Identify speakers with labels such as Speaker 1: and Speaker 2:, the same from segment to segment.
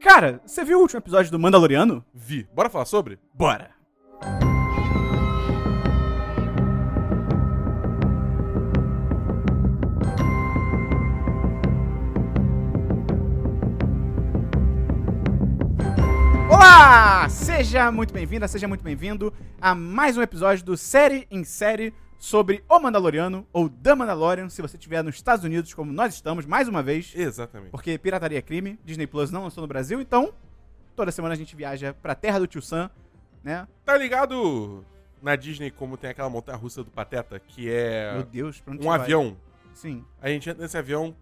Speaker 1: Cara, você viu o último episódio do Mandaloriano?
Speaker 2: Vi. Bora falar sobre?
Speaker 1: Bora! Olá! Seja muito bem-vinda, seja muito bem-vindo a mais um episódio do Série em Série sobre O Mandaloriano ou The Mandalorian, se você estiver nos Estados Unidos, como nós estamos, mais uma vez.
Speaker 2: Exatamente.
Speaker 1: Porque pirataria é crime, Disney Plus não lançou no Brasil, então toda semana a gente viaja pra terra do tio Sam, né?
Speaker 2: Tá ligado na Disney como tem aquela montanha russa do Pateta, que
Speaker 1: Meu
Speaker 2: é
Speaker 1: Deus, pra onde
Speaker 2: um
Speaker 1: você vai?
Speaker 2: avião?
Speaker 1: Sim.
Speaker 2: A gente entra nesse avião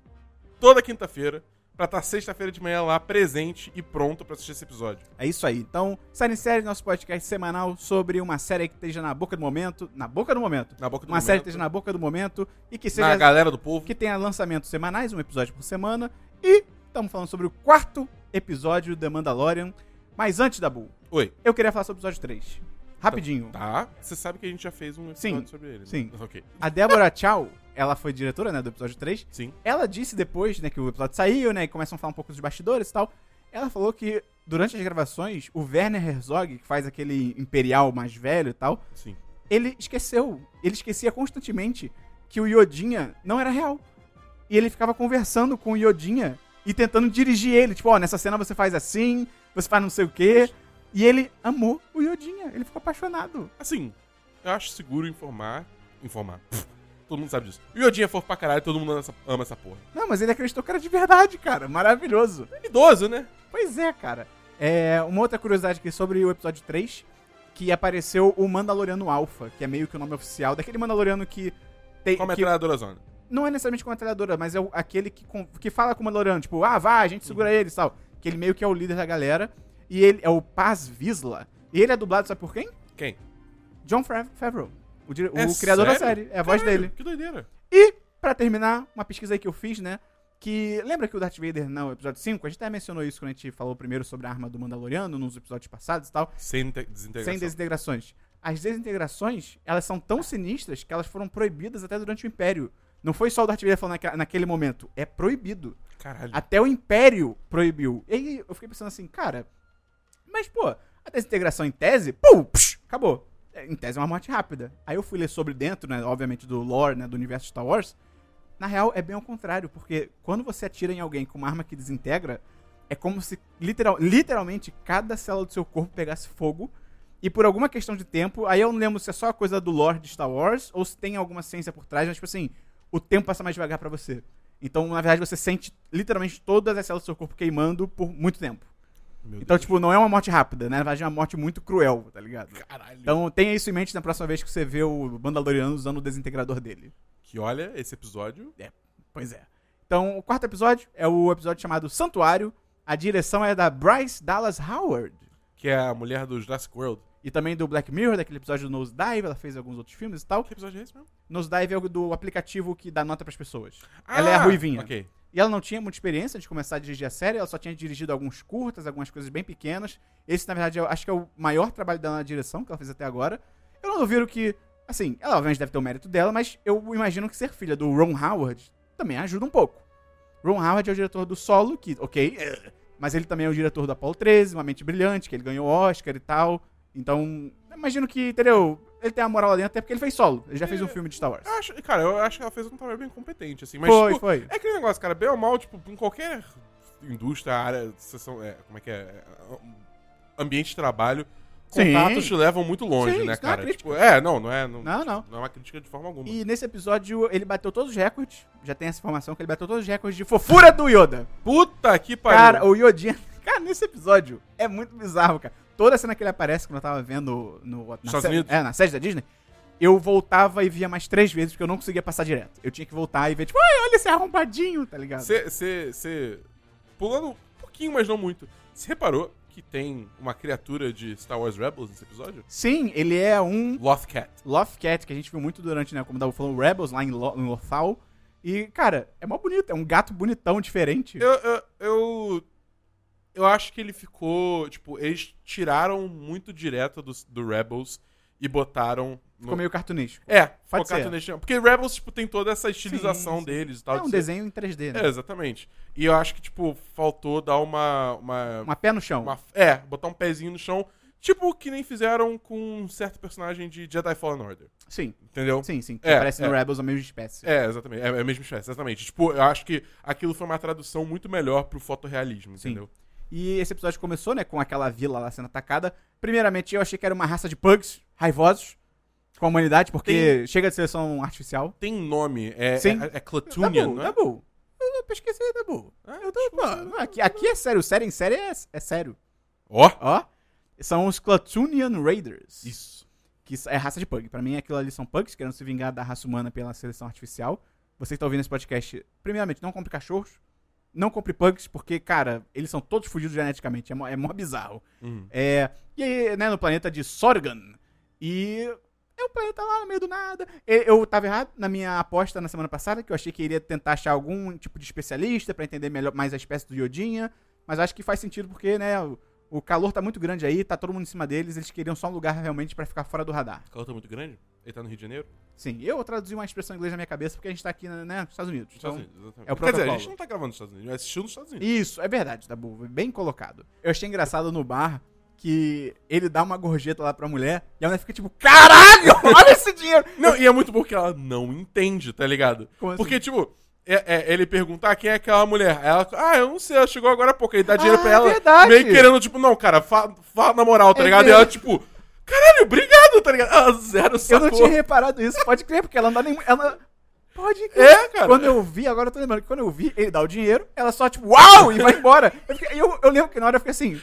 Speaker 2: toda quinta-feira pra estar sexta-feira de manhã lá presente e pronto pra assistir esse episódio.
Speaker 1: É isso aí. Então, série em série, nosso podcast semanal sobre uma série que esteja na boca do momento. Na boca do momento.
Speaker 2: Na boca do
Speaker 1: Uma série que
Speaker 2: momento,
Speaker 1: esteja na boca do momento e que
Speaker 2: na
Speaker 1: seja.
Speaker 2: galera do povo.
Speaker 1: que tenha lançamentos semanais, um episódio por semana. E estamos falando sobre o quarto episódio da Mandalorian. Mas antes da Bull,
Speaker 2: Oi.
Speaker 1: eu queria falar sobre o episódio 3. Rapidinho.
Speaker 2: Tá? Você sabe que a gente já fez um episódio
Speaker 1: Sim.
Speaker 2: sobre ele. né?
Speaker 1: Sim.
Speaker 2: Ok.
Speaker 1: A Débora Chow, ela foi diretora né, do episódio 3.
Speaker 2: Sim.
Speaker 1: Ela disse depois, né, que o episódio saiu, né, e começam a falar um pouco dos bastidores e tal. Ela falou que durante as gravações, o Werner Herzog, que faz aquele imperial mais velho e tal,
Speaker 2: Sim.
Speaker 1: ele esqueceu. Ele esquecia constantemente que o Yodinha não era real. E ele ficava conversando com o Yodinha e tentando dirigir ele. Tipo, ó, nessa cena você faz assim, você faz não sei o quê. E ele amou o Yodinha. Ele ficou apaixonado.
Speaker 2: Assim, eu acho seguro informar. Informar. Todo mundo sabe disso. E o Odin é fofo pra caralho, todo mundo ama essa, ama essa porra.
Speaker 1: Não, mas ele acreditou que era de verdade, cara. Maravilhoso.
Speaker 2: Idoso, né?
Speaker 1: Pois é, cara. É, uma outra curiosidade aqui sobre o episódio 3, que apareceu o Mandaloriano Alpha, que é meio que o nome oficial daquele Mandaloriano que tem
Speaker 2: Como é
Speaker 1: que
Speaker 2: que... a zona.
Speaker 1: não é necessariamente com a metralhadora, mas é o- aquele que, com- que fala com o Mandaloriano, tipo, ah, vai, a gente segura
Speaker 2: Uhum.
Speaker 1: eles e tal. Que ele meio que é o líder da galera. E ele é o Paz Visla. E ele é dublado, sabe por quem?
Speaker 2: Quem?
Speaker 1: John Fav- Favreau. O, dire- o
Speaker 2: É
Speaker 1: criador da
Speaker 2: sério?
Speaker 1: série. É a voz
Speaker 2: Caralho,
Speaker 1: dele.
Speaker 2: Que doideira.
Speaker 1: E, pra terminar, uma pesquisa aí que eu fiz, né? Que lembra que o Darth Vader, no episódio 5, a gente até mencionou isso quando a gente falou primeiro sobre a arma do Mandaloriano, nos episódios passados e tal.
Speaker 2: Sem inte- desintegração.
Speaker 1: Sem desintegrações. As desintegrações, elas são tão sinistras que elas foram proibidas até durante o Império. Não foi só o Darth Vader falando naquela- naquele momento. É proibido.
Speaker 2: Caralho.
Speaker 1: Até o Império proibiu. E aí eu fiquei pensando assim, cara... Mas, pô, a desintegração em tese... Pum! psh, acabou. É, Em tese é uma morte rápida. Aí eu fui ler sobre dentro, né? Obviamente do lore, né? Do universo Star Wars. Na real, é bem ao contrário. Porque quando você atira em alguém com uma arma que desintegra... É como se literal, literalmente cada célula do seu corpo pegasse fogo. E por alguma questão de tempo, aí eu não lembro se é só a coisa do lore de Star Wars ou se tem alguma ciência por trás, mas tipo assim, o tempo passa mais devagar pra você. Então, na verdade, você sente literalmente todas as células do seu corpo queimando por muito tempo.
Speaker 2: Meu
Speaker 1: Então,
Speaker 2: Deus.
Speaker 1: tipo, não é uma morte rápida, né? Na verdade, é uma morte muito cruel, tá ligado?
Speaker 2: Caralho.
Speaker 1: Então, tenha isso em mente na próxima vez que você vê o Mandaloriano usando o desintegrador dele.
Speaker 2: Que olha, esse episódio.
Speaker 1: Pois é. Então, o quarto episódio é o episódio chamado Santuário. A direção é da Bryce Dallas Howard.
Speaker 2: Que é a mulher do Jurassic World.
Speaker 1: E também do Black Mirror, daquele episódio do Nosedive. Ela fez alguns outros filmes e tal.
Speaker 2: Que episódio é esse mesmo?
Speaker 1: Nosedive é o do aplicativo que dá nota pras pessoas. Ela é a ruivinha.
Speaker 2: Ah, Ok.
Speaker 1: E ela não tinha muita experiência de começar a dirigir a série, ela só tinha dirigido alguns curtas, algumas coisas bem pequenas. Esse, na verdade, eu acho que é o maior trabalho dela na direção que ela fez até agora. Eu não duvido que, assim, ela obviamente deve ter o mérito dela, mas eu imagino que ser filha do Ron Howard também ajuda um pouco. Ron Howard é o diretor do Solo, que, ok, eh, mas ele também é o diretor do Apollo 13, Uma Mente Brilhante, que ele ganhou Oscar e tal. Então, eu imagino que, entendeu? Ele tem a moral lá dentro, até porque ele fez Solo, ele já fez um filme de Star Wars.
Speaker 2: Eu acho, cara, eu acho que ela fez um trabalho bem competente, assim. Mas,
Speaker 1: Foi,
Speaker 2: tipo,
Speaker 1: foi.
Speaker 2: é aquele negócio, cara, bem ou mal, tipo, em qualquer indústria, área, sessão, é, como é que é? É, Ambiente de trabalho,
Speaker 1: Sim.
Speaker 2: contatos te levam muito longe,
Speaker 1: Sim,
Speaker 2: né,
Speaker 1: isso não é uma
Speaker 2: cara?
Speaker 1: crítica.
Speaker 2: tipo, é, não, não é. Não,
Speaker 1: Não, não.
Speaker 2: não é uma crítica de forma alguma.
Speaker 1: E nesse episódio ele bateu todos os recordes. Já tem essa informação que ele bateu todos os recordes de fofura do Yoda.
Speaker 2: Puta que pariu.
Speaker 1: Cara, o Yodinha. Cara, nesse episódio é muito bizarro, cara. Toda cena que ele aparece, quando eu tava vendo no, na,
Speaker 2: Estados
Speaker 1: sé-
Speaker 2: Unidos.
Speaker 1: É, na sede da Disney, eu voltava e via mais três vezes, porque eu não conseguia passar direto. Eu tinha que voltar e ver, tipo, ai, olha esse arrombadinho, tá ligado?
Speaker 2: Você- Você. você- Pulando um pouquinho, mas não muito. Você reparou que tem uma criatura de Star Wars Rebels nesse episódio?
Speaker 1: Sim, ele é um
Speaker 2: Lothcat.
Speaker 1: Lothcat, que a gente viu muito durante, né? Como tava falando, Rebels lá em, Lo, em Lothal. E, cara, é mó bonito. É um gato bonitão, diferente.
Speaker 2: Eu, eu, eu. eu acho que ele ficou. Tipo, eles tiraram muito direto do, do Rebels e botaram. No...
Speaker 1: Ficou meio cartunístico.
Speaker 2: É, ficou
Speaker 1: Pode ser.
Speaker 2: cartunístico. Porque Rebels, tipo, tem toda essa estilização
Speaker 1: Sim, sim.
Speaker 2: deles e tal.
Speaker 1: É um
Speaker 2: de ser-
Speaker 1: desenho em 3D, né?
Speaker 2: É, exatamente. E eu acho que, tipo, faltou dar uma. uma,
Speaker 1: Uma Um pé no chão.
Speaker 2: uma- é, botar um pezinho no chão. Tipo que nem fizeram com um certo personagem de Jedi Fallen Order.
Speaker 1: Sim,
Speaker 2: Entendeu?
Speaker 1: sim, sim. Que
Speaker 2: É,
Speaker 1: aparece no
Speaker 2: é.
Speaker 1: Rebels a mesma espécie.
Speaker 2: É, exatamente. É, é a mesma espécie, exatamente. Tipo, eu acho que aquilo foi uma tradução muito melhor pro fotorrealismo,
Speaker 1: Sim.
Speaker 2: entendeu?
Speaker 1: E esse episódio começou, né, com aquela vila lá sendo atacada. Primeiramente, eu achei que era uma raça de pugs raivosos com a humanidade, porque chega de seleção artificial.
Speaker 2: Tem nome, é,
Speaker 1: Sim.
Speaker 2: é, é Clatoonian,
Speaker 1: Dabu,
Speaker 2: não é?
Speaker 1: Dabu. Eu pesquisei, Dabu.
Speaker 2: Ah,
Speaker 1: Eu tô,
Speaker 2: tipo,
Speaker 1: pô, aqui, aqui é sério. Sério em série é, é sério.
Speaker 2: Ó,
Speaker 1: Ó, são os Clatoonian Raiders.
Speaker 2: isso.
Speaker 1: que é raça de pug. Pra mim, aquilo ali são pugs querendo se vingar da raça humana pela seleção artificial. Você que tá ouvindo esse podcast, primeiramente, não compre cachorros. Não compre pugs, porque, cara, eles são todos fugidos geneticamente. É mó, é mó bizarro.
Speaker 2: Hum.
Speaker 1: É, e aí, né, no planeta de Sorgan. E é um planeta lá no meio do nada. E- Eu tava errado na minha aposta na semana passada, que eu achei que iria tentar achar algum tipo de especialista pra entender melhor mais a espécie do Yodinha. Mas acho que faz sentido porque, né, o, o calor tá muito grande aí, tá todo mundo em cima deles, eles queriam só um lugar realmente pra ficar fora do radar.
Speaker 2: O calor tá muito grande? Ele tá no Rio de Janeiro?
Speaker 1: Sim, eu traduzi uma expressão em inglês na minha cabeça porque a gente tá aqui, né, nos Estados Unidos.
Speaker 2: Nos Estados
Speaker 1: Então,
Speaker 2: Unidos, exatamente.
Speaker 1: é o
Speaker 2: Quer dizer, a
Speaker 1: protocolo.
Speaker 2: gente não tá gravando nos Estados Unidos, a gente assistiu nos Estados Unidos.
Speaker 1: Isso, é verdade, Dabu. Bem colocado. Eu achei engraçado no bar que ele dá uma gorjeta lá pra mulher e a mulher fica tipo, caralho, olha esse dinheiro!
Speaker 2: Não, e é muito bom que ela não entende, tá ligado?
Speaker 1: Como assim?
Speaker 2: Porque, tipo, é- é, ele pergunta, ah, quem é aquela mulher? Aí Ela, ah, eu não sei, ela chegou agora há pouco. Aí dá dinheiro
Speaker 1: Ah,
Speaker 2: pra ela,
Speaker 1: é verdade.
Speaker 2: meio querendo, tipo, não, cara, fa- fala na moral, tá
Speaker 1: É
Speaker 2: ligado? E ela, tipo, caralho, obrigado, tá ligado? Ela zero
Speaker 1: eu
Speaker 2: sacou.
Speaker 1: não tinha reparado isso, pode crer, porque ela não dá nem. Ela. Pode crer.
Speaker 2: É, cara.
Speaker 1: Quando eu vi, agora eu tô lembrando que quando eu vi, ele dá o dinheiro, ela só, tipo, uau! E vai embora. Eu, fiquei- eu, eu lembro que na hora eu fiquei assim.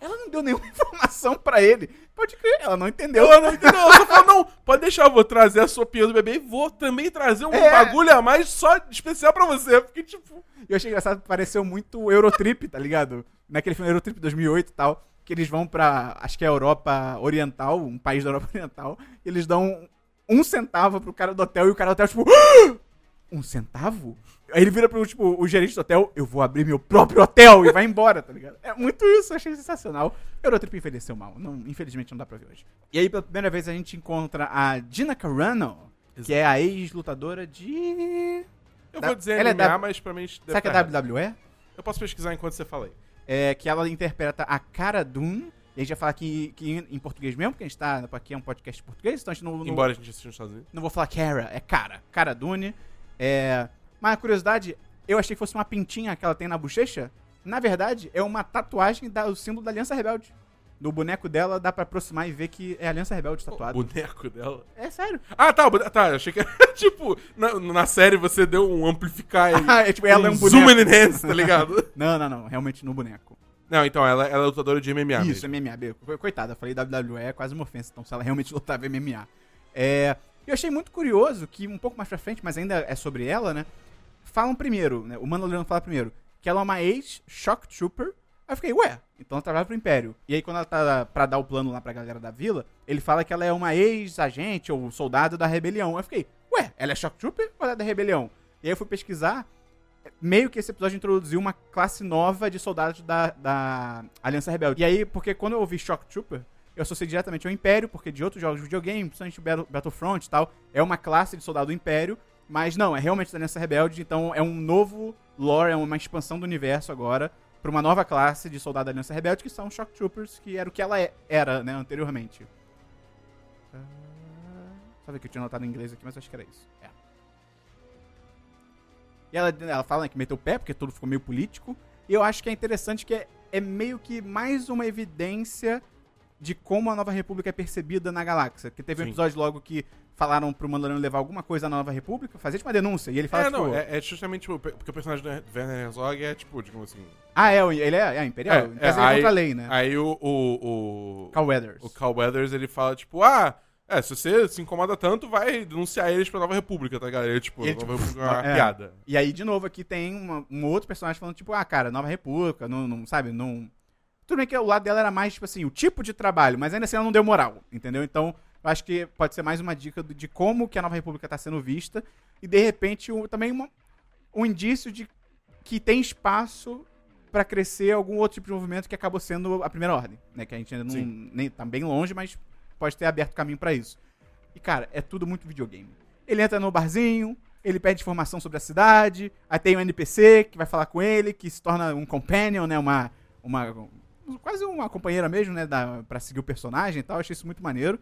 Speaker 1: Ela não deu nenhuma informação pra ele. Pode crer, ela não entendeu.
Speaker 2: Ela não entendeu, ela só falou, não, pode deixar, eu vou trazer a sua opinião do bebê e vou também trazer um
Speaker 1: É.
Speaker 2: bagulho a mais só especial pra você. Porque, tipo,
Speaker 1: E eu achei engraçado, pareceu muito Eurotrip, tá ligado? Naquele filme Eurotrip 2008 e tal, que eles vão pra, acho que é a Europa Oriental, um país da Europa Oriental, e eles dão um centavo pro cara do hotel, e o cara do hotel, tipo, "Ah! um centavo? Aí ele vira pro, tipo, o gerente do hotel, eu vou abrir meu próprio hotel, e vai embora, tá ligado? É muito isso, eu achei sensacional. Eurotrip envelheceu mal, não, infelizmente não dá pra ver hoje. E aí, pela primeira vez, a gente encontra a Gina Carano, que é a ex-lutadora de...
Speaker 2: eu
Speaker 1: Da-
Speaker 2: vou dizer
Speaker 1: ela é
Speaker 2: MMA,
Speaker 1: da-
Speaker 2: mas pra mim... deve
Speaker 1: Será que é
Speaker 2: tá errado.
Speaker 1: WWE?
Speaker 2: Eu posso pesquisar enquanto você fala aí.
Speaker 1: é, que ela interpreta a Cara Dune. E a gente vai falar aqui, que em, em português mesmo, porque a gente tá. Aqui é um podcast em português, então a gente não. não-
Speaker 2: Embora a gente assista nos Estados Unidos.
Speaker 1: não vou falar Cara, é Cara. Cara Dune. É, mas a curiosidade, eu achei que fosse uma pintinha que ela tem na bochecha. Na verdade, é uma tatuagem da- do símbolo da Aliança Rebelde. Do boneco dela, dá pra aproximar e ver que é a Aliança Rebelde
Speaker 2: O
Speaker 1: tatuada.
Speaker 2: boneco dela...
Speaker 1: É sério.
Speaker 2: Ah, tá, o bone- tá, eu achei que era, tipo, na, na série você deu um amplificar e
Speaker 1: Ah, é, tipo, ela é um
Speaker 2: zoom
Speaker 1: boneco.
Speaker 2: and enhance, tá ligado?
Speaker 1: Não, não, não. Realmente no boneco.
Speaker 2: Não, então, ela, ela é lutadora de MMA
Speaker 1: Isso, MMA. be- Coitada, eu falei WWE, é quase uma ofensa. Então, se ela realmente lutava MMA. É, eu achei muito curioso que, um pouco mais pra frente, mas ainda é sobre ela, né? Falam primeiro, né? O Mandaloriano fala primeiro, que ela é uma ex-Shock Trooper. Aí eu fiquei, ué, então ela trabalha pro Império. E aí, quando ela tá pra dar o plano lá pra galera da vila, ele fala que ela é uma ex-agente ou soldado da rebelião. Aí eu fiquei, ué, ela é Shock Trooper ou ela é da rebelião? E aí eu fui pesquisar, meio que esse episódio introduziu uma classe nova de soldados da, da Aliança Rebelde. E aí, porque quando eu ouvi Shock Trooper, eu associei diretamente ao Império, porque de outros jogos de videogame, principalmente Battle- Battlefront e tal, é uma classe de soldado do Império, mas não, é realmente da Aliança Rebelde, então é um novo lore, é uma expansão do universo agora pra uma nova classe de soldado da Aliança Rebelde, que são Shock Troopers, que era o que ela é- era, né, anteriormente. Ah, Só ver que eu tinha notado em inglês aqui, mas acho que era isso. É. E ela, ela fala né, que meteu o pé, porque tudo ficou meio político. E eu acho que é interessante que é, é meio que mais uma evidência de como a Nova República é percebida na galáxia. Que teve um
Speaker 2: Sim.
Speaker 1: episódio logo que falaram pro Mandaloriano levar alguma coisa na Nova República, fazer tipo uma denúncia. E ele fala,
Speaker 2: É,
Speaker 1: tipo,
Speaker 2: não, é, é justamente tipo, pe- porque o personagem do Werner Herzog é, tipo, digamos assim.
Speaker 1: ah, é, ele é, é imperial.
Speaker 2: É,
Speaker 1: então
Speaker 2: é,
Speaker 1: ele é
Speaker 2: aí-
Speaker 1: contra a lei, né?
Speaker 2: Aí o. O, o,
Speaker 1: Carl Weathers.
Speaker 2: o Carl Weathers ele fala, tipo, ah, é, se você se incomoda tanto, vai denunciar eles pra Nova República, tá ligado? Ele, tipo,
Speaker 1: Ele,
Speaker 2: Nova
Speaker 1: tipo,
Speaker 2: República é uma
Speaker 1: é.
Speaker 2: piada.
Speaker 1: E aí, de novo, aqui tem uma- um outro personagem falando, tipo, ah, cara, Nova República, não, não sabe, não... Tudo bem que o lado dela era mais, tipo assim, o tipo de trabalho, mas ainda assim ela não deu moral, entendeu? Então, eu acho que pode ser mais uma dica do- de como que a Nova República tá sendo vista e, de repente, um- também uma- um indício de que tem espaço pra crescer algum outro tipo de movimento que acabou sendo a primeira ordem, né? Que a gente ainda não...
Speaker 2: Sim.
Speaker 1: Nem, tá bem longe, mas pode ter aberto caminho pra isso. E, cara, é tudo muito videogame. Ele entra no barzinho, ele pede informação sobre a cidade, aí tem um NPC que vai falar com ele, que se torna um companion, né? Uma. uma quase uma companheira mesmo, né? Da, pra seguir o personagem e tal. Eu achei isso muito maneiro.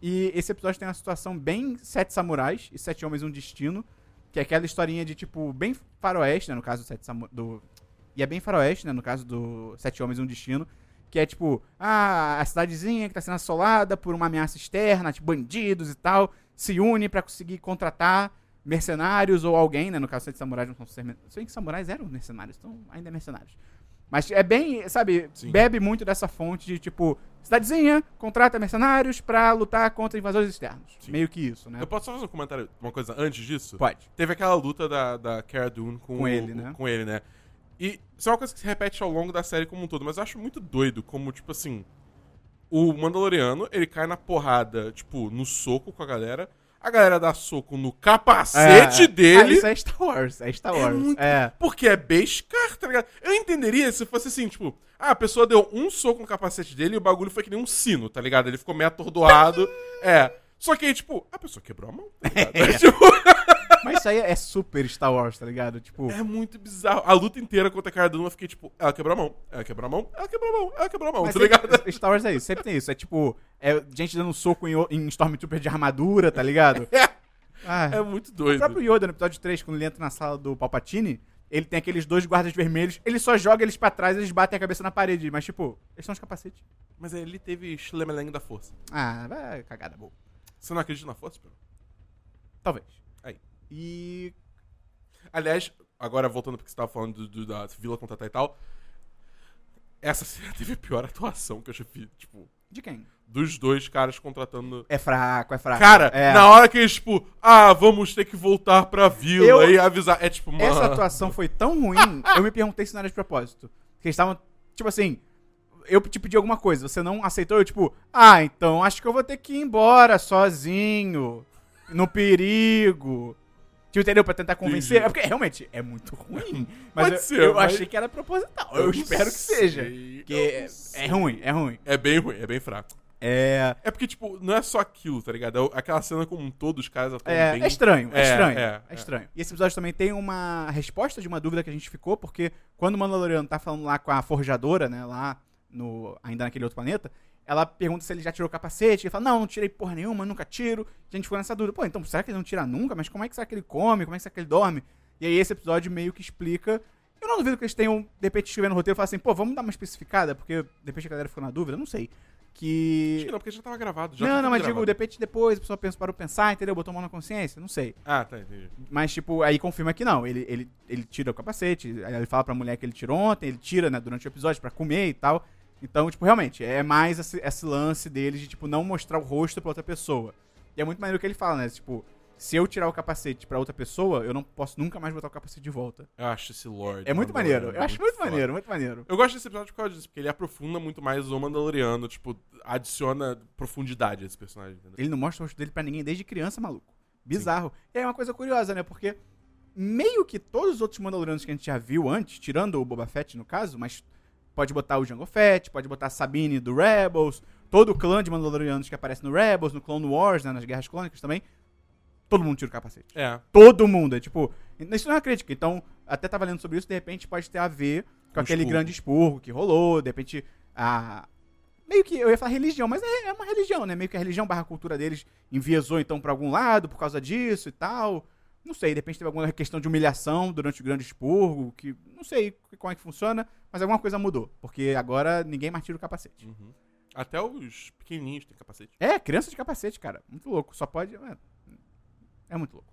Speaker 1: E esse episódio tem uma situação bem Sete Samurais e Sete Homens e um Destino, que é aquela historinha de, tipo, bem faroeste, né? No caso do Sete Samu do E é bem faroeste, né? No caso do Sete Homens e um Destino. Que é tipo, ah, a cidadezinha que tá sendo assolada por uma ameaça externa, tipo, bandidos e tal, se une pra conseguir contratar mercenários ou alguém, né? No caso, Sete Samurais não são ser... Se bem que samurais eram mercenários, então ainda é mercenários. Mas é bem, sabe,
Speaker 2: Sim.
Speaker 1: bebe muito dessa fonte de, tipo, cidadezinha contrata mercenários pra lutar contra invasores externos.
Speaker 2: Sim.
Speaker 1: Meio que isso, né?
Speaker 2: Eu posso só fazer um comentário, uma coisa antes disso?
Speaker 1: Pode.
Speaker 2: Teve aquela luta da, da Cara Dune com,
Speaker 1: Com
Speaker 2: o-
Speaker 1: ele, né?
Speaker 2: Com ele, né? E isso é uma coisa que se repete ao longo da série como um todo, mas eu acho muito doido como, tipo assim, o Mandaloriano, ele cai na porrada, tipo, no soco com a galera, a galera dá soco no capacete
Speaker 1: É. Ah,
Speaker 2: dele,
Speaker 1: isso é Star Wars, é Star
Speaker 2: É
Speaker 1: Wars. É,
Speaker 2: muito- porque é Beskar, tá ligado? Eu entenderia se fosse assim, tipo, ah, a pessoa deu um soco no capacete dele e o bagulho foi que nem um sino, tá ligado? Ele ficou meio atordoado, é... Só que aí, tipo, a pessoa quebrou a mão, tá ligado? Tipo,
Speaker 1: Mas isso aí é super Star Wars, tá ligado? Tipo,
Speaker 2: É muito bizarro. A luta inteira contra a cara Dune, eu fiquei tipo, ela quebrou a mão, ela quebrou a mão, ela quebrou a mão, ela quebrou a mão,
Speaker 1: Mas
Speaker 2: tá ligado?
Speaker 1: sempre- Star Wars é isso, sempre tem isso. É tipo, é gente dando soco em, o- em Stormtrooper de armadura, tá ligado? Ah,
Speaker 2: É muito
Speaker 1: o
Speaker 2: doido.
Speaker 1: próprio Yoda, no episódio 3, quando ele entra na sala do Palpatine, ele tem aqueles dois guardas vermelhos, ele só joga eles pra trás, eles batem a cabeça na parede. Mas, tipo, eles são de capacete.
Speaker 2: Mas aí ele teve Schlemelang da força.
Speaker 1: Ah, vai cagada boa.
Speaker 2: Você não acredita na força, Pedro?
Speaker 1: Talvez.
Speaker 2: Aí.
Speaker 1: E.
Speaker 2: Aliás, agora voltando pro que você tava falando do- do- da Vila contratar e tal. Essa cena teve a pior atuação que eu já vi, tipo,
Speaker 1: De quem?
Speaker 2: dos dois caras contratando.
Speaker 1: É fraco, é fraco.
Speaker 2: Cara,
Speaker 1: é.
Speaker 2: na hora que eles, tipo, ah, vamos ter que voltar pra vila
Speaker 1: Eu-
Speaker 2: e avisar. É tipo, mano.
Speaker 1: Essa atuação foi tão ruim, eu me perguntei se não era de propósito. Porque eles estavam, tipo assim, eu te pedi alguma coisa, você não aceitou, eu tipo, ah, então acho que eu vou ter que ir embora sozinho, no perigo. Tipo, entendeu? Pra tentar convencer.
Speaker 2: Entendi.
Speaker 1: É porque realmente é muito ruim. Mas
Speaker 2: Pode
Speaker 1: eu,
Speaker 2: ser,
Speaker 1: eu
Speaker 2: mas-
Speaker 1: achei que era proposital. Eu,
Speaker 2: não
Speaker 1: espero que seja.
Speaker 2: sei,
Speaker 1: Porque
Speaker 2: eu não
Speaker 1: é,
Speaker 2: sei.
Speaker 1: é ruim, é ruim.
Speaker 2: é bem ruim, é bem fraco.
Speaker 1: É.
Speaker 2: É porque, tipo, não é só aquilo, tá ligado? É o- aquela cena como um todo, os caras atuam
Speaker 1: É,
Speaker 2: bem.
Speaker 1: é estranho, é,
Speaker 2: É,
Speaker 1: estranho.
Speaker 2: é,
Speaker 1: É,
Speaker 2: é.
Speaker 1: estranho. E esse episódio também tem uma resposta de uma dúvida que a gente ficou, porque quando o Mandaloriano tá falando lá com a forjadora, né, lá no ainda naquele outro planeta, ela pergunta se ele já tirou o capacete, ele fala: "Não, não tirei porra nenhuma, nunca tiro". E a gente ficou nessa dúvida. Pô, então será que ele não tira nunca? Mas como é que será que ele come? Como é que será que ele dorme? E aí esse episódio meio que explica eu não duvido que eles tenham, de repente, escrevendo no roteiro e falar assim, pô, vamos dar uma especificada, porque de repente a galera ficou na dúvida, não sei.
Speaker 2: Acho
Speaker 1: Que.
Speaker 2: que não, porque já tava gravado. Já
Speaker 1: Não,
Speaker 2: tava
Speaker 1: não, mas digo,
Speaker 2: gravado.
Speaker 1: de repente depois a pessoa pensa, parou pra pensar, entendeu? Botou a mão na consciência, não sei.
Speaker 2: Ah, tá, entendi.
Speaker 1: Mas, tipo, aí confirma que não. Ele, ele, ele tira o capacete, aí ele fala pra mulher que ele tirou ontem, ele tira, né, durante o episódio pra comer e tal. Então, tipo, realmente, é mais esse, esse lance deles de, tipo, não mostrar o rosto pra outra pessoa. E é muito maneiro o que ele fala, né? Tipo, se eu tirar o capacete pra outra pessoa, eu não posso nunca mais botar o capacete de volta.
Speaker 2: Eu acho esse Lorde.
Speaker 1: É muito maneiro. Eu acho muito
Speaker 2: né? foda.
Speaker 1: maneiro, muito maneiro.
Speaker 2: Eu gosto desse episódio por causa disso, porque ele aprofunda muito mais o Mandaloriano, tipo, adiciona profundidade a esse personagem, entendeu?
Speaker 1: Ele não mostra o rosto dele pra ninguém desde criança, maluco. Bizarro. E aí é uma coisa curiosa, né? Porque meio que todos os outros Mandalorianos que a gente já viu antes, tirando o Boba Fett no caso, mas pode botar o Jango Fett, pode botar a Sabine do Rebels, todo o clã de Mandalorianos que aparece no Rebels, no Clone Wars, né, nas Guerras Clônicas também, todo mundo tira o capacete.
Speaker 2: É.
Speaker 1: Todo mundo, é tipo, isso não é uma crítica. Então, até tava lendo sobre isso, de repente pode ter a ver com
Speaker 2: Um
Speaker 1: aquele
Speaker 2: expurgo.
Speaker 1: grande expurgo que rolou, de repente a meio que eu ia falar religião, mas é, é uma religião, né? Meio que a religião barra cultura deles enviesou então pra algum lado por causa disso e tal. Não sei, de repente teve alguma questão de humilhação durante o grande expurgo, que não sei como é que funciona, mas alguma coisa mudou, porque agora ninguém mais tira o capacete.
Speaker 2: Uhum. Até os pequenininhos têm capacete.
Speaker 1: É, criança de capacete, cara. Muito louco. Só pode. É, é muito louco.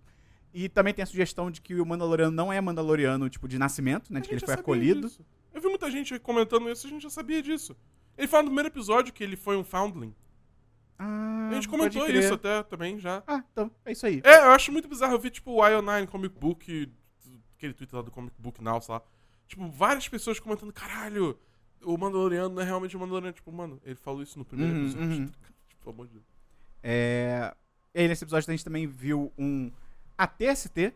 Speaker 1: E também tem a sugestão de que o Mandaloriano não é Mandaloriano, tipo, de nascimento, né?
Speaker 2: A
Speaker 1: De que ele
Speaker 2: gente
Speaker 1: foi
Speaker 2: já sabia
Speaker 1: acolhido.
Speaker 2: disso. Eu vi muita gente comentando isso, a gente já sabia disso. Ele fala no primeiro episódio que ele foi um foundling.
Speaker 1: Ah,
Speaker 2: a gente
Speaker 1: pode
Speaker 2: comentou
Speaker 1: crer.
Speaker 2: isso até também já.
Speaker 1: Ah, então, é isso aí.
Speaker 2: É, eu acho muito bizarro. Eu vi, tipo, o IO9 Comic Book, aquele Twitter lá do Comic Book Now, sei lá. Tipo, várias pessoas comentando, caralho, o Mandaloriano não é realmente o Mandaloriano. Tipo, mano, ele falou isso no primeiro
Speaker 1: Uhum,
Speaker 2: episódio.
Speaker 1: uhum.
Speaker 2: Tipo, pelo amor de Deus.
Speaker 1: É, E aí, nesse episódio, a gente também viu um ATST,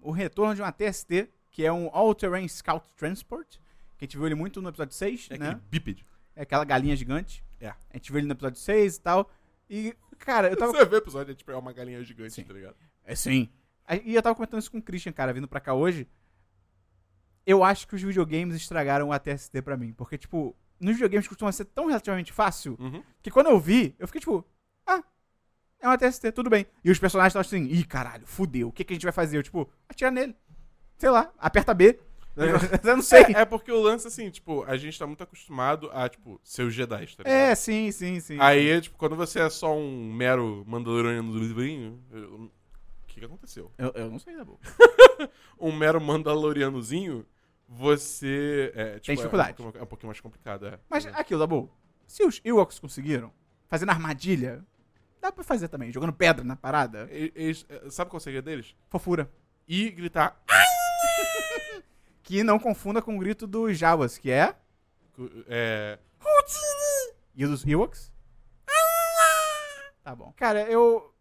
Speaker 1: o retorno de um ATST, que é um All-Terrain Scout Transport, que a gente viu ele muito no episódio 6,
Speaker 2: É
Speaker 1: né?
Speaker 2: aquele bípede.
Speaker 1: É aquela galinha gigante.
Speaker 2: É.
Speaker 1: A gente viu ele no episódio 6 e tal. E, cara, eu tava.
Speaker 2: Você vê o episódio, é tipo, é uma galinha gigante,
Speaker 1: Sim.
Speaker 2: tá ligado?
Speaker 1: É sim. E eu tava comentando isso com o Christian, cara, vindo pra cá hoje. Eu acho que os videogames estragaram a TST pra mim. Porque, tipo, nos videogames costuma ser tão relativamente fácil
Speaker 2: Uhum.
Speaker 1: que quando eu vi, eu fiquei tipo, ah, é uma TST, tudo bem. E os personagens estavam assim, ih, caralho, fudeu, o que, que a gente vai fazer? Eu, tipo, atira nele. Sei lá, aperta B. eu não sei.
Speaker 2: É, é porque o lance, assim, tipo, a gente tá muito acostumado a, tipo, ser os Jedi, tá ligado?
Speaker 1: É, sim, sim, sim.
Speaker 2: Aí, tipo, quando você é só um mero Mandaloriano do livrinho. eu- O que, que aconteceu?
Speaker 1: Eu, eu não sei, da boa.
Speaker 2: Um mero Mandalorianozinho, você. É, tipo,
Speaker 1: dificuldade.
Speaker 2: É um, pouquinho- é um pouquinho mais complicado, é.
Speaker 1: Mas ah, aquilo, Dabu, se os Ewoks conseguiram, fazendo armadilha, dá pra fazer também, jogando pedra na parada.
Speaker 2: E- eles- é, sabe qual é o segredo deles?
Speaker 1: Fofura.
Speaker 2: E gritar.
Speaker 1: Que não confunda com o grito dos Jawas, que é.
Speaker 2: É.
Speaker 1: E dos Ewoks? Tá bom. Cara, eu.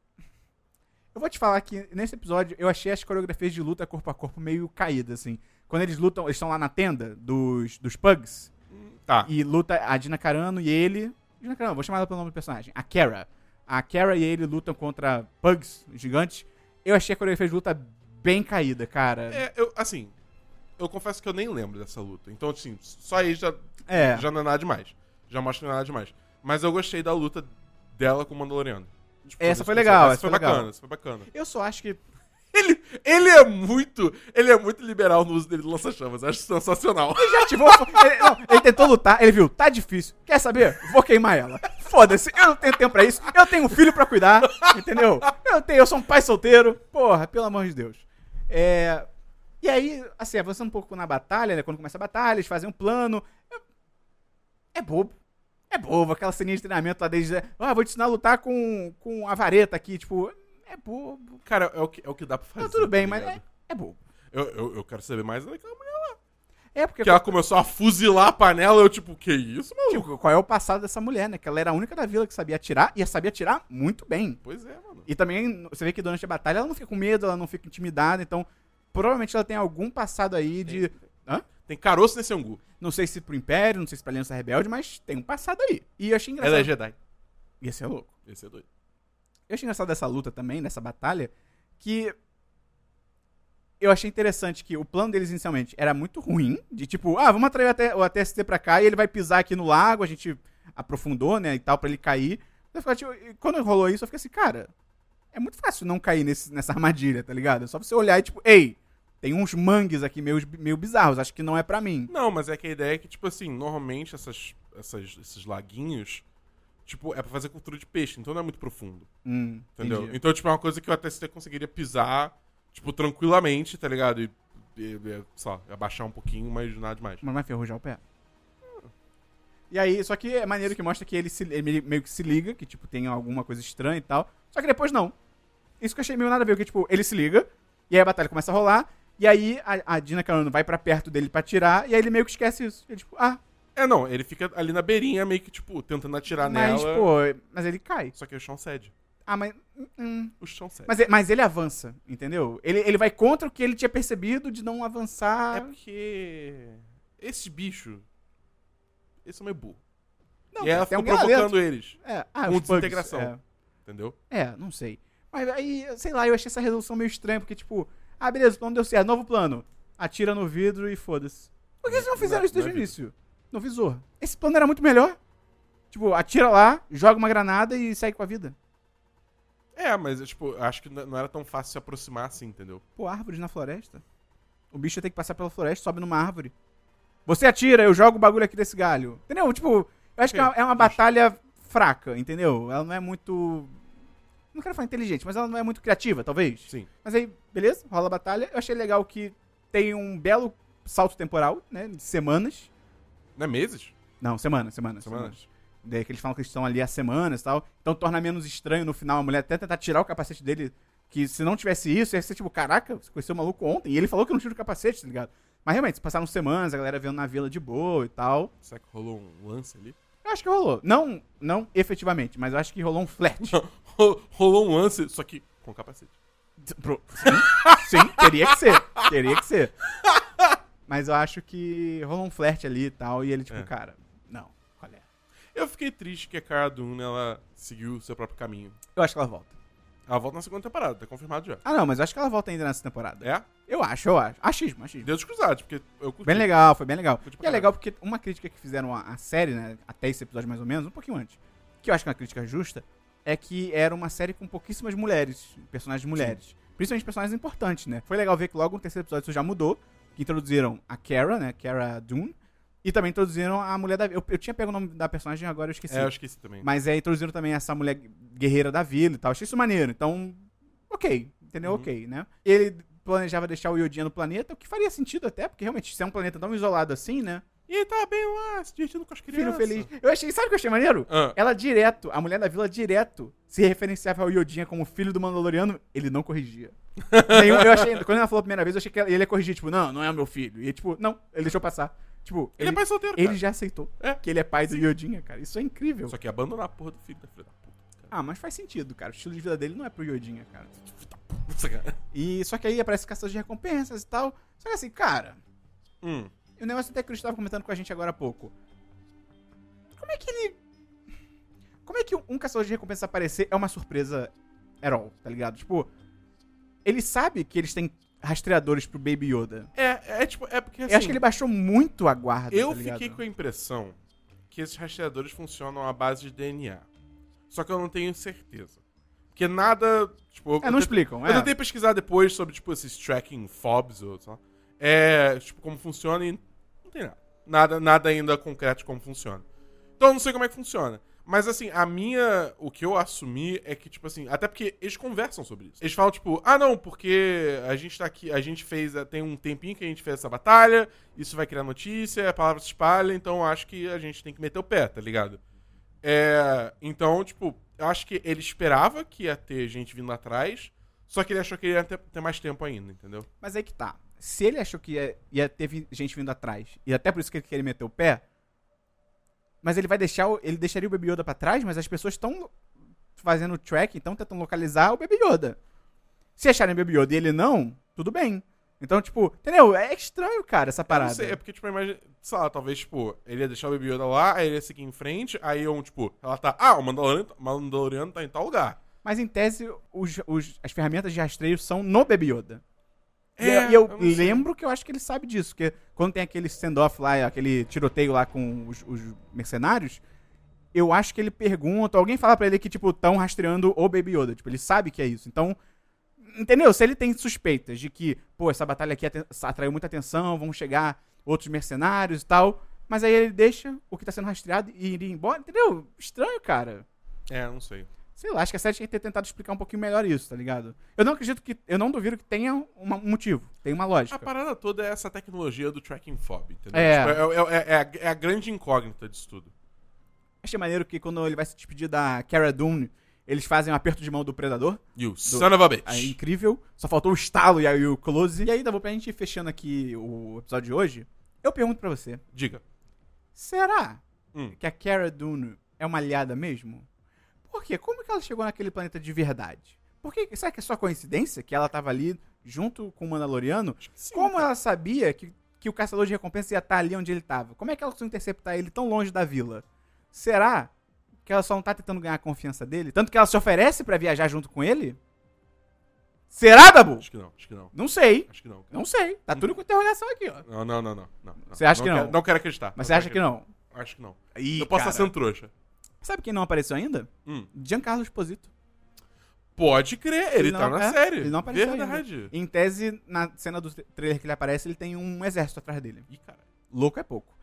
Speaker 1: Eu vou te falar que nesse episódio eu achei as coreografias de luta corpo a corpo meio caída, assim. Quando eles lutam, eles estão lá na tenda dos, dos Pugs
Speaker 2: Tá.
Speaker 1: e luta a Dina Carano e ele. Dina Carano, vou chamar ela pelo nome do personagem. A Kara. A Kara e ele lutam contra Pugs gigantes. Eu achei a coreografia de luta bem caída, cara.
Speaker 2: É, eu, assim. Eu confesso que eu nem lembro dessa luta. Então, assim, só aí já,
Speaker 1: É.
Speaker 2: já não é nada demais. Já mostra que não é nada demais. Mas eu gostei da luta dela com o Mandaloriano. Tipo,
Speaker 1: Essa foi
Speaker 2: desse-
Speaker 1: legal, essa
Speaker 2: essa foi
Speaker 1: foi legal.
Speaker 2: bacana, essa foi bacana.
Speaker 1: Eu só acho que
Speaker 2: Ele, ele é muito. Ele é muito liberal no uso dele do lança-chamas. Acho sensacional.
Speaker 1: Já ativou. Tipo, Ele, não, ele tentou lutar, ele viu, tá difícil. Quer saber? Vou queimar ela. Foda-se, eu não tenho tempo pra isso. Eu tenho um filho pra cuidar, entendeu? Eu tenho, eu sou um pai solteiro. Porra, pelo amor de Deus. É, E aí, assim, avançando um pouco na batalha, né? Quando começa a batalha, eles fazem um plano. É bobo. É bobo, aquela ceninha de treinamento lá desde. Ah, vou te ensinar a lutar com, com a vareta aqui, tipo. É bobo.
Speaker 2: Cara, é o que, é o que dá pra fazer.
Speaker 1: Não, tudo bem,
Speaker 2: tá
Speaker 1: mas
Speaker 2: ligado?
Speaker 1: é, é bobo.
Speaker 2: Eu, eu, eu quero saber mais daquela mulher.
Speaker 1: É porque.
Speaker 2: Que ela começou a fuzilar a panela. Eu, tipo, que isso, mano?
Speaker 1: Tipo, qual é o passado dessa mulher, né? Que ela era a única da vila que sabia atirar e sabia atirar muito bem.
Speaker 2: Pois é, mano.
Speaker 1: E também você vê que durante a batalha ela não fica com medo, ela não fica intimidada, então provavelmente ela tem algum passado aí de. Hã?
Speaker 2: Tem caroço nesse angu.
Speaker 1: Não sei se pro Império, não sei se pra Aliança Rebelde, mas tem um passado aí. E eu achei engraçado.
Speaker 2: Ela é Jedi.
Speaker 1: Ia ser louco.
Speaker 2: Esse é doido.
Speaker 1: Eu achei engraçado dessa luta também, dessa batalha, que eu achei interessante que o plano deles inicialmente era muito ruim, de tipo, ah, vamos atrair o AT- o ATST pra cá e ele vai pisar aqui no lago, a gente aprofundou, né, e tal, pra ele cair. Eu ficava, tipo, e quando rolou isso, eu fiquei assim, cara, é muito fácil não cair nesse, nessa armadilha, tá ligado? É só você olhar e tipo, ei, tem uns mangues aqui meio, meio bizarros, acho que não é pra mim.
Speaker 2: Não, mas é que a ideia é que, tipo assim, normalmente essas, essas, esses laguinhos, tipo, é pra fazer cultura de peixe. Então não é muito profundo.
Speaker 1: Hum,
Speaker 2: Entendeu?
Speaker 1: entendi.
Speaker 2: Então, tipo, é uma coisa que o ATST conseguiria pisar, tipo, tranquilamente, tá ligado? E, e, e sei lá, abaixar um pouquinho, mas nada demais.
Speaker 1: Mas vai ferrujar é o pé. E aí, só que é maneiro que mostra que ele, se, ele meio que se liga, que, tipo, tem alguma coisa estranha e tal. Só que depois não. Isso que eu achei meio nada a ver, que, tipo, ele se liga, e aí a batalha começa a rolar, e aí a, a Dina Carano vai pra perto dele pra tirar, e aí ele meio que esquece isso. Ele, tipo, ah,
Speaker 2: É, não, ele fica ali na beirinha, meio que, tipo, tentando atirar
Speaker 1: mas,
Speaker 2: nela.
Speaker 1: pô, mas ele cai.
Speaker 2: Só que o chão cede.
Speaker 1: Ah, mas. hum,
Speaker 2: O chão cede.
Speaker 1: mas, e- mas ele avança, entendeu? Ele, ele vai contra o que ele tinha percebido de não
Speaker 2: É
Speaker 1: avançar.
Speaker 2: porque. Esse bicho. Esse é meio burro.
Speaker 1: não,
Speaker 2: e ela
Speaker 1: tem
Speaker 2: ficou
Speaker 1: alguém lá
Speaker 2: provocando eles,
Speaker 1: dentro. É, ah,
Speaker 2: com
Speaker 1: os bugs,
Speaker 2: desintegração.
Speaker 1: é.
Speaker 2: entendeu?
Speaker 1: É, não sei. Mas aí, sei lá, eu achei essa resolução meio estranha, porque, tipo, ah, beleza, o plano deu certo, novo plano. Atira no vidro e foda-se. Por que vocês não
Speaker 2: Na-
Speaker 1: fizeram isso
Speaker 2: na
Speaker 1: desde o
Speaker 2: vida.
Speaker 1: início? No visor. Esse plano era muito melhor. Tipo, atira lá, joga uma granada e segue com a vida.
Speaker 2: É, mas, tipo, acho que n- não era tão fácil se aproximar assim, entendeu?
Speaker 1: Pô, árvores na floresta. O bicho tem que passar pela floresta, sobe numa árvore. Você atira, eu jogo o bagulho aqui desse galho. Entendeu? Tipo, eu acho que é uma, é uma batalha fraca, entendeu? Ela não é muito. Não quero falar inteligente, mas ela não é muito criativa, talvez.
Speaker 2: Sim.
Speaker 1: Mas aí, beleza, rola a batalha. Eu achei legal que tem um belo salto temporal, né? De semanas.
Speaker 2: Não é meses?
Speaker 1: Não, semanas, semanas.
Speaker 2: É Semanas?
Speaker 1: Daí é que eles falam que eles estão ali há semanas e tal. Então torna menos estranho no final a mulher até tentar tirar o capacete dele. Que se não tivesse isso, ia ser tipo, caraca, você conheceu o maluco ontem. E ele falou que não tira o capacete, tá ligado? Mas realmente, passaram semanas, a galera vendo na vila de boa e tal.
Speaker 2: Será que rolou um lance ali?
Speaker 1: Eu acho que rolou. Não, não efetivamente, mas eu acho que rolou um flat.
Speaker 2: Ro- rolou um lance, só que com capacete.
Speaker 1: Pro- Sim, sim, teria que ser. Teria que ser. Mas eu acho que rolou um flerte ali e tal, e ele, tipo,
Speaker 2: É.
Speaker 1: cara, não, qual é?
Speaker 2: Eu fiquei triste que a Cara Dune, ela seguiu o seu próprio caminho.
Speaker 1: Eu acho que ela volta.
Speaker 2: Ela volta na segunda temporada, tá confirmado já.
Speaker 1: Ah, não, mas eu acho que ela volta ainda nessa temporada.
Speaker 2: É?
Speaker 1: Eu acho, eu acho. Achismo, achismo.
Speaker 2: Deus cruzados, porque eu curti.
Speaker 1: Bem legal, foi bem legal.
Speaker 2: Curti
Speaker 1: E
Speaker 2: pra
Speaker 1: é
Speaker 2: caralho.
Speaker 1: legal porque uma crítica que fizeram à à série, né, até esse episódio mais ou menos, um pouquinho antes, que eu acho que é uma crítica justa, é que era uma série com pouquíssimas mulheres, personagens mulheres. Principalmente personagens importantes, né? Foi legal ver que logo no terceiro episódio isso já mudou, que introduziram a Kara, né, Kara Dune, e também introduziram a mulher da... Eu, eu tinha pego o nome da personagem, agora eu esqueci.
Speaker 2: É, eu esqueci também.
Speaker 1: Mas é, introduziram também essa mulher guerreira da vila e tal. Achei isso maneiro. Então, ok. Entendeu?
Speaker 2: Uhum.
Speaker 1: Ok, né? Ele planejava deixar o Yodinha no planeta, o que faria sentido até, porque realmente, se é um planeta tão isolado assim, né?
Speaker 2: E ele tá bem lá, se divertindo com as
Speaker 1: Filho
Speaker 2: crianças.
Speaker 1: feliz. Eu achei, sabe o que eu achei maneiro?
Speaker 2: Ah,
Speaker 1: Ela direto, a mulher da vila direto, se referenciava ao Yodinha como filho do Mandaloriano, ele não corrigia. Nenhum- eu achei, quando ela falou a primeira vez, eu achei que ela- ele ia corrigir, tipo, não, não é o meu filho. E tipo, não, ele deixou passar. Tipo,
Speaker 2: ele,
Speaker 1: ele,
Speaker 2: é pai solteiro,
Speaker 1: ele
Speaker 2: cara.
Speaker 1: já aceitou
Speaker 2: É.
Speaker 1: que ele é pai do Yodinha, cara. Isso é incrível.
Speaker 2: Só que abandonar a porra do filho da filha da puta. cara.
Speaker 1: Ah, mas faz sentido, cara. O estilo de vida dele não é pro Yodinha, cara.
Speaker 2: Nossa, cara.
Speaker 1: E só que aí aparece caçador de recompensas e tal. Só que assim, cara,
Speaker 2: Hum.
Speaker 1: o negócio até que o Cris tava comentando com a gente agora há pouco. Como é que ele. Como é que um caçador de recompensas aparecer é uma surpresa at all, tá ligado? Tipo, ele sabe que eles têm rastreadores pro Baby Yoda.
Speaker 2: É, é tipo, é porque assim.
Speaker 1: eu acho que ele baixou muito a guarda.
Speaker 2: Eu
Speaker 1: tá ligado?
Speaker 2: fiquei com a impressão que esses rastreadores funcionam à base de DNA. Só que eu não tenho certeza. Porque nada. Tipo, eu,
Speaker 1: É, não
Speaker 2: eu
Speaker 1: explicam,
Speaker 2: Eu
Speaker 1: é.
Speaker 2: tentei pesquisar depois sobre, tipo, esses tracking fobs ou sei lá. É, tipo, como funciona e não tem nada. Nada, nada ainda concreto de como funciona. Então eu não sei como é que funciona. Mas assim, a minha. O que eu assumi é que, tipo assim, até porque eles conversam sobre isso. Eles falam, tipo, ah não, porque a gente tá aqui, a gente fez. eh, Tem um tempinho que a gente fez essa batalha, isso vai criar notícia, a palavra se espalha, então eu acho que a gente tem que meter o pé, tá ligado? É, então, tipo, eu acho que ele esperava que ia ter gente vindo atrás, só que ele achou que ele ia ter, ter mais tempo ainda, entendeu?
Speaker 1: Mas aí que tá. Se ele achou que ia, ia ter vi- gente vindo atrás, e até por isso que ele queria meter o pé, mas ele vai deixar. o- Ele deixaria o Baby Yoda pra trás, mas as pessoas estão fazendo o track, então tentam localizar o Baby Yoda. Se acharem o Baby Yoda e ele não, tudo bem. Então, tipo, entendeu? É estranho, cara, essa
Speaker 2: Não
Speaker 1: parada.
Speaker 2: sei, é porque, tipo, imagina, sei lá, talvez, tipo, ele ia deixar o Baby Yoda lá, aí ele ia seguir em frente, aí um, tipo, ela tá, ah, o Mandaloriano, o Mandaloriano tá em tal lugar.
Speaker 1: Mas em tese, os- os- as ferramentas de rastreio são no Baby Yoda. E eu-
Speaker 2: É,
Speaker 1: e eu,
Speaker 2: eu não sei.
Speaker 1: lembro que eu acho que ele sabe disso, porque quando tem aquele stand-off lá, aquele tiroteio lá com os, os mercenários, eu acho que ele pergunta, alguém fala pra ele que, tipo, estão rastreando o Baby Yoda. Tipo, ele sabe que é isso. Então, entendeu? Se ele tem suspeitas de que, pô, essa batalha aqui aten- atraiu muita atenção, vão chegar outros mercenários e tal, mas aí ele deixa o que tá sendo rastreado e ir embora, entendeu? Estranho, cara.
Speaker 2: É, não sei.
Speaker 1: Sei lá, acho que a série tinha que ter tentado explicar um pouquinho melhor isso, tá ligado? Eu não acredito que. Eu não duvido que tenha uma- um motivo, tem uma
Speaker 2: A
Speaker 1: lógica.
Speaker 2: parada toda é essa tecnologia do tracking fob, entendeu?
Speaker 1: É.
Speaker 2: Tipo, é, é- é- é a, é a grande incógnita disso tudo.
Speaker 1: Achei maneiro que quando ele vai se despedir da Cara Dune, eles fazem um aperto de mão do predador.
Speaker 2: You son of a bitch.
Speaker 1: É incrível. Só faltou o estalo e aí o close. E aí, Dabu, pra gente ir fechando aqui o episódio de hoje, eu pergunto pra você:
Speaker 2: Diga.
Speaker 1: será
Speaker 2: Hum.
Speaker 1: que a Cara Dune é uma aliada mesmo? Por quê? Como que ela chegou naquele planeta de verdade? Por que, será que é só coincidência que ela tava ali junto com o Mandaloriano?
Speaker 2: Sim,
Speaker 1: Como ela sabia que, que o caçador de recompensa ia estar ali onde ele estava? Como é que ela conseguiu interceptar ele tão longe da vila? Será que ela só não tá tentando ganhar a confiança dele? Tanto que ela se oferece pra viajar junto com ele? Será, Dabu?
Speaker 2: Acho que não, acho que não.
Speaker 1: Não sei.
Speaker 2: Acho que não.
Speaker 1: Não sei. Tá
Speaker 2: Hum.
Speaker 1: tudo com interrogação aqui, ó.
Speaker 2: Não, não, não, não. não, não.
Speaker 1: Você acha que não?
Speaker 2: Quero, não quero acreditar.
Speaker 1: Mas você acha que não?
Speaker 2: não? Acho que não.
Speaker 1: Ih,
Speaker 2: Eu posso
Speaker 1: cara.
Speaker 2: estar sendo trouxa.
Speaker 1: Sabe quem não apareceu ainda?
Speaker 2: Hum.
Speaker 1: Giancarlo Esposito.
Speaker 2: Pode crer, ele,
Speaker 1: não-
Speaker 2: tá na
Speaker 1: é,
Speaker 2: série.
Speaker 1: Ele não apareceu
Speaker 2: Verdade.
Speaker 1: ainda. Em tese, na cena do trailer que ele aparece, ele tem um exército atrás dele.
Speaker 2: Ih, caralho.
Speaker 1: Louco é pouco.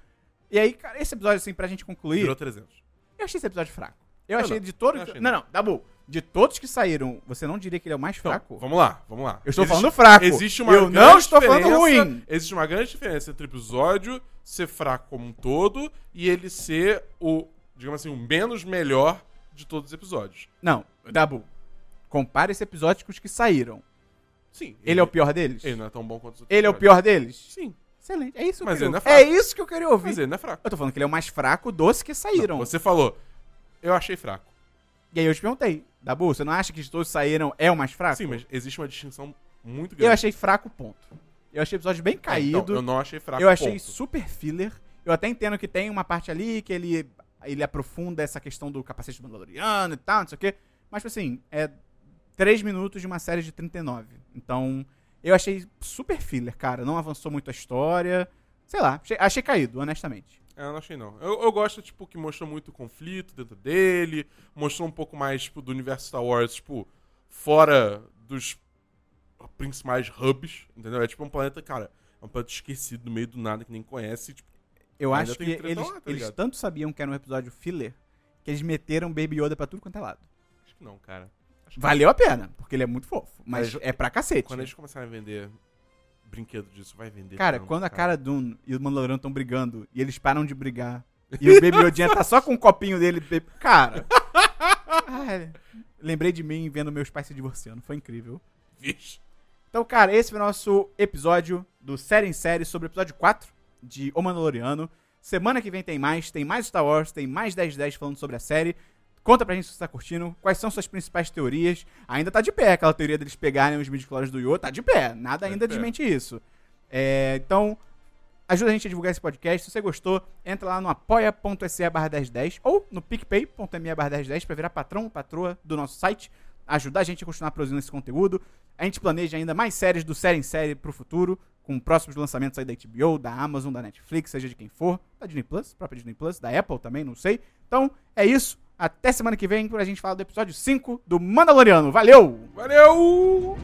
Speaker 1: E aí, cara, esse episódio, assim, pra gente concluir...
Speaker 2: Virou 300.
Speaker 1: Eu achei esse episódio fraco. Eu,
Speaker 2: Eu
Speaker 1: achei
Speaker 2: não.
Speaker 1: de todos.
Speaker 2: Eu achei
Speaker 1: não,
Speaker 2: não.
Speaker 1: não, Dabu. De todos que saíram, você não diria que ele é o mais
Speaker 2: Então,
Speaker 1: fraco?
Speaker 2: vamos lá, vamos lá.
Speaker 1: eu estou falando fraco.
Speaker 2: Existe uma
Speaker 1: eu
Speaker 2: grande
Speaker 1: não estou falando
Speaker 2: diferença-
Speaker 1: ruim.
Speaker 2: Existe uma grande diferença entre o episódio ser fraco como um todo e ele ser o, digamos assim, o menos melhor de todos os episódios.
Speaker 1: Não, Dabu. Compara esse episódio com os que saíram.
Speaker 2: Sim.
Speaker 1: Ele é o pior deles?
Speaker 2: Ele não é tão bom quanto os outros
Speaker 1: Ele é o pior
Speaker 2: episódios.
Speaker 1: deles?
Speaker 2: Sim.
Speaker 1: Excelente. É isso que eu
Speaker 2: Mas
Speaker 1: queria
Speaker 2: ele não é
Speaker 1: ouvir.
Speaker 2: fraco.
Speaker 1: isso que eu queria ouvir.
Speaker 2: Mas ele não é fraco.
Speaker 1: Eu tô falando que ele é o mais fraco dos que saíram.
Speaker 2: Você falou, eu achei fraco.
Speaker 1: E aí eu te perguntei, Dabu, você não acha que de todos que saíram é o mais fraco?
Speaker 2: Sim, mas existe uma distinção muito grande.
Speaker 1: Eu achei fraco, ponto. Eu achei o episódio bem
Speaker 2: Ah,
Speaker 1: caído.
Speaker 2: Então, eu não achei fraco.
Speaker 1: Eu achei
Speaker 2: ponto.
Speaker 1: super filler. Eu até entendo que tem uma parte ali que ele ele aprofunda essa questão do capacete do Mandaloriano e tal, não sei o quê. Mas, tipo assim, é 3 minutos de uma série de 39. Então, eu achei super filler, cara. Não avançou muito a história. Sei lá, achei, achei caído, honestamente.
Speaker 2: É, eu não achei não. Eu, eu gosto, tipo, que mostrou muito conflito dentro dele, mostrou um pouco mais, tipo, do universo Star Wars, tipo, fora dos principais hubs, entendeu? É tipo um planeta, cara, é um planeta esquecido no meio do nada que nem conhece, tipo,
Speaker 1: Eu
Speaker 2: Ainda
Speaker 1: acho que
Speaker 2: tem treta
Speaker 1: eles,
Speaker 2: lá, tá
Speaker 1: eles
Speaker 2: ligado?
Speaker 1: tanto sabiam que era um episódio filler que eles meteram Baby Yoda pra tudo quanto é lado.
Speaker 2: acho que não, cara. Acho que
Speaker 1: Valeu a pena, porque ele é muito fofo. Mas
Speaker 2: Mas
Speaker 1: é pra cacete.
Speaker 2: Quando eles começarem a vender brinquedo disso, vai vender.
Speaker 1: Cara,
Speaker 2: tanto,
Speaker 1: quando a cara Dune e o Mandaloriano estão brigando e eles param de brigar e o Baby Yodinha tá só com o copinho dele. be- Cara. Ai, lembrei de mim vendo meus pais se divorciando. Foi incrível.
Speaker 2: Vixe.
Speaker 1: Então, cara, esse foi o nosso episódio do Série em Série sobre o episódio 4 de O Mandaloriano. Semana que vem tem mais, tem mais Star Wars, tem mais 1010 falando sobre a série. Conta pra gente se você tá curtindo, quais são suas principais teorias. Ainda tá de pé aquela teoria deles pegarem os midichlorians do Yo, tá de pé. Nada
Speaker 2: de
Speaker 1: ainda
Speaker 2: pé.
Speaker 1: desmente isso. É, então, ajuda a gente a divulgar esse podcast. Se você gostou, entra lá no apoia.se barra 1010 ou no picpay.me barra 1010 pra virar patrão ou patroa do nosso site. Ajudar a gente a continuar produzindo esse conteúdo. A gente planeja ainda mais séries do Série em Série pro futuro, com próximos lançamentos aí da HBO, da Amazon, da Netflix, seja de quem for, da Disney Plus, própria Disney Plus, da Apple também, não sei. Então, é isso. Até semana que vem, quando a gente falar do episódio 5 do Mandaloriano. Valeu!
Speaker 2: Valeu!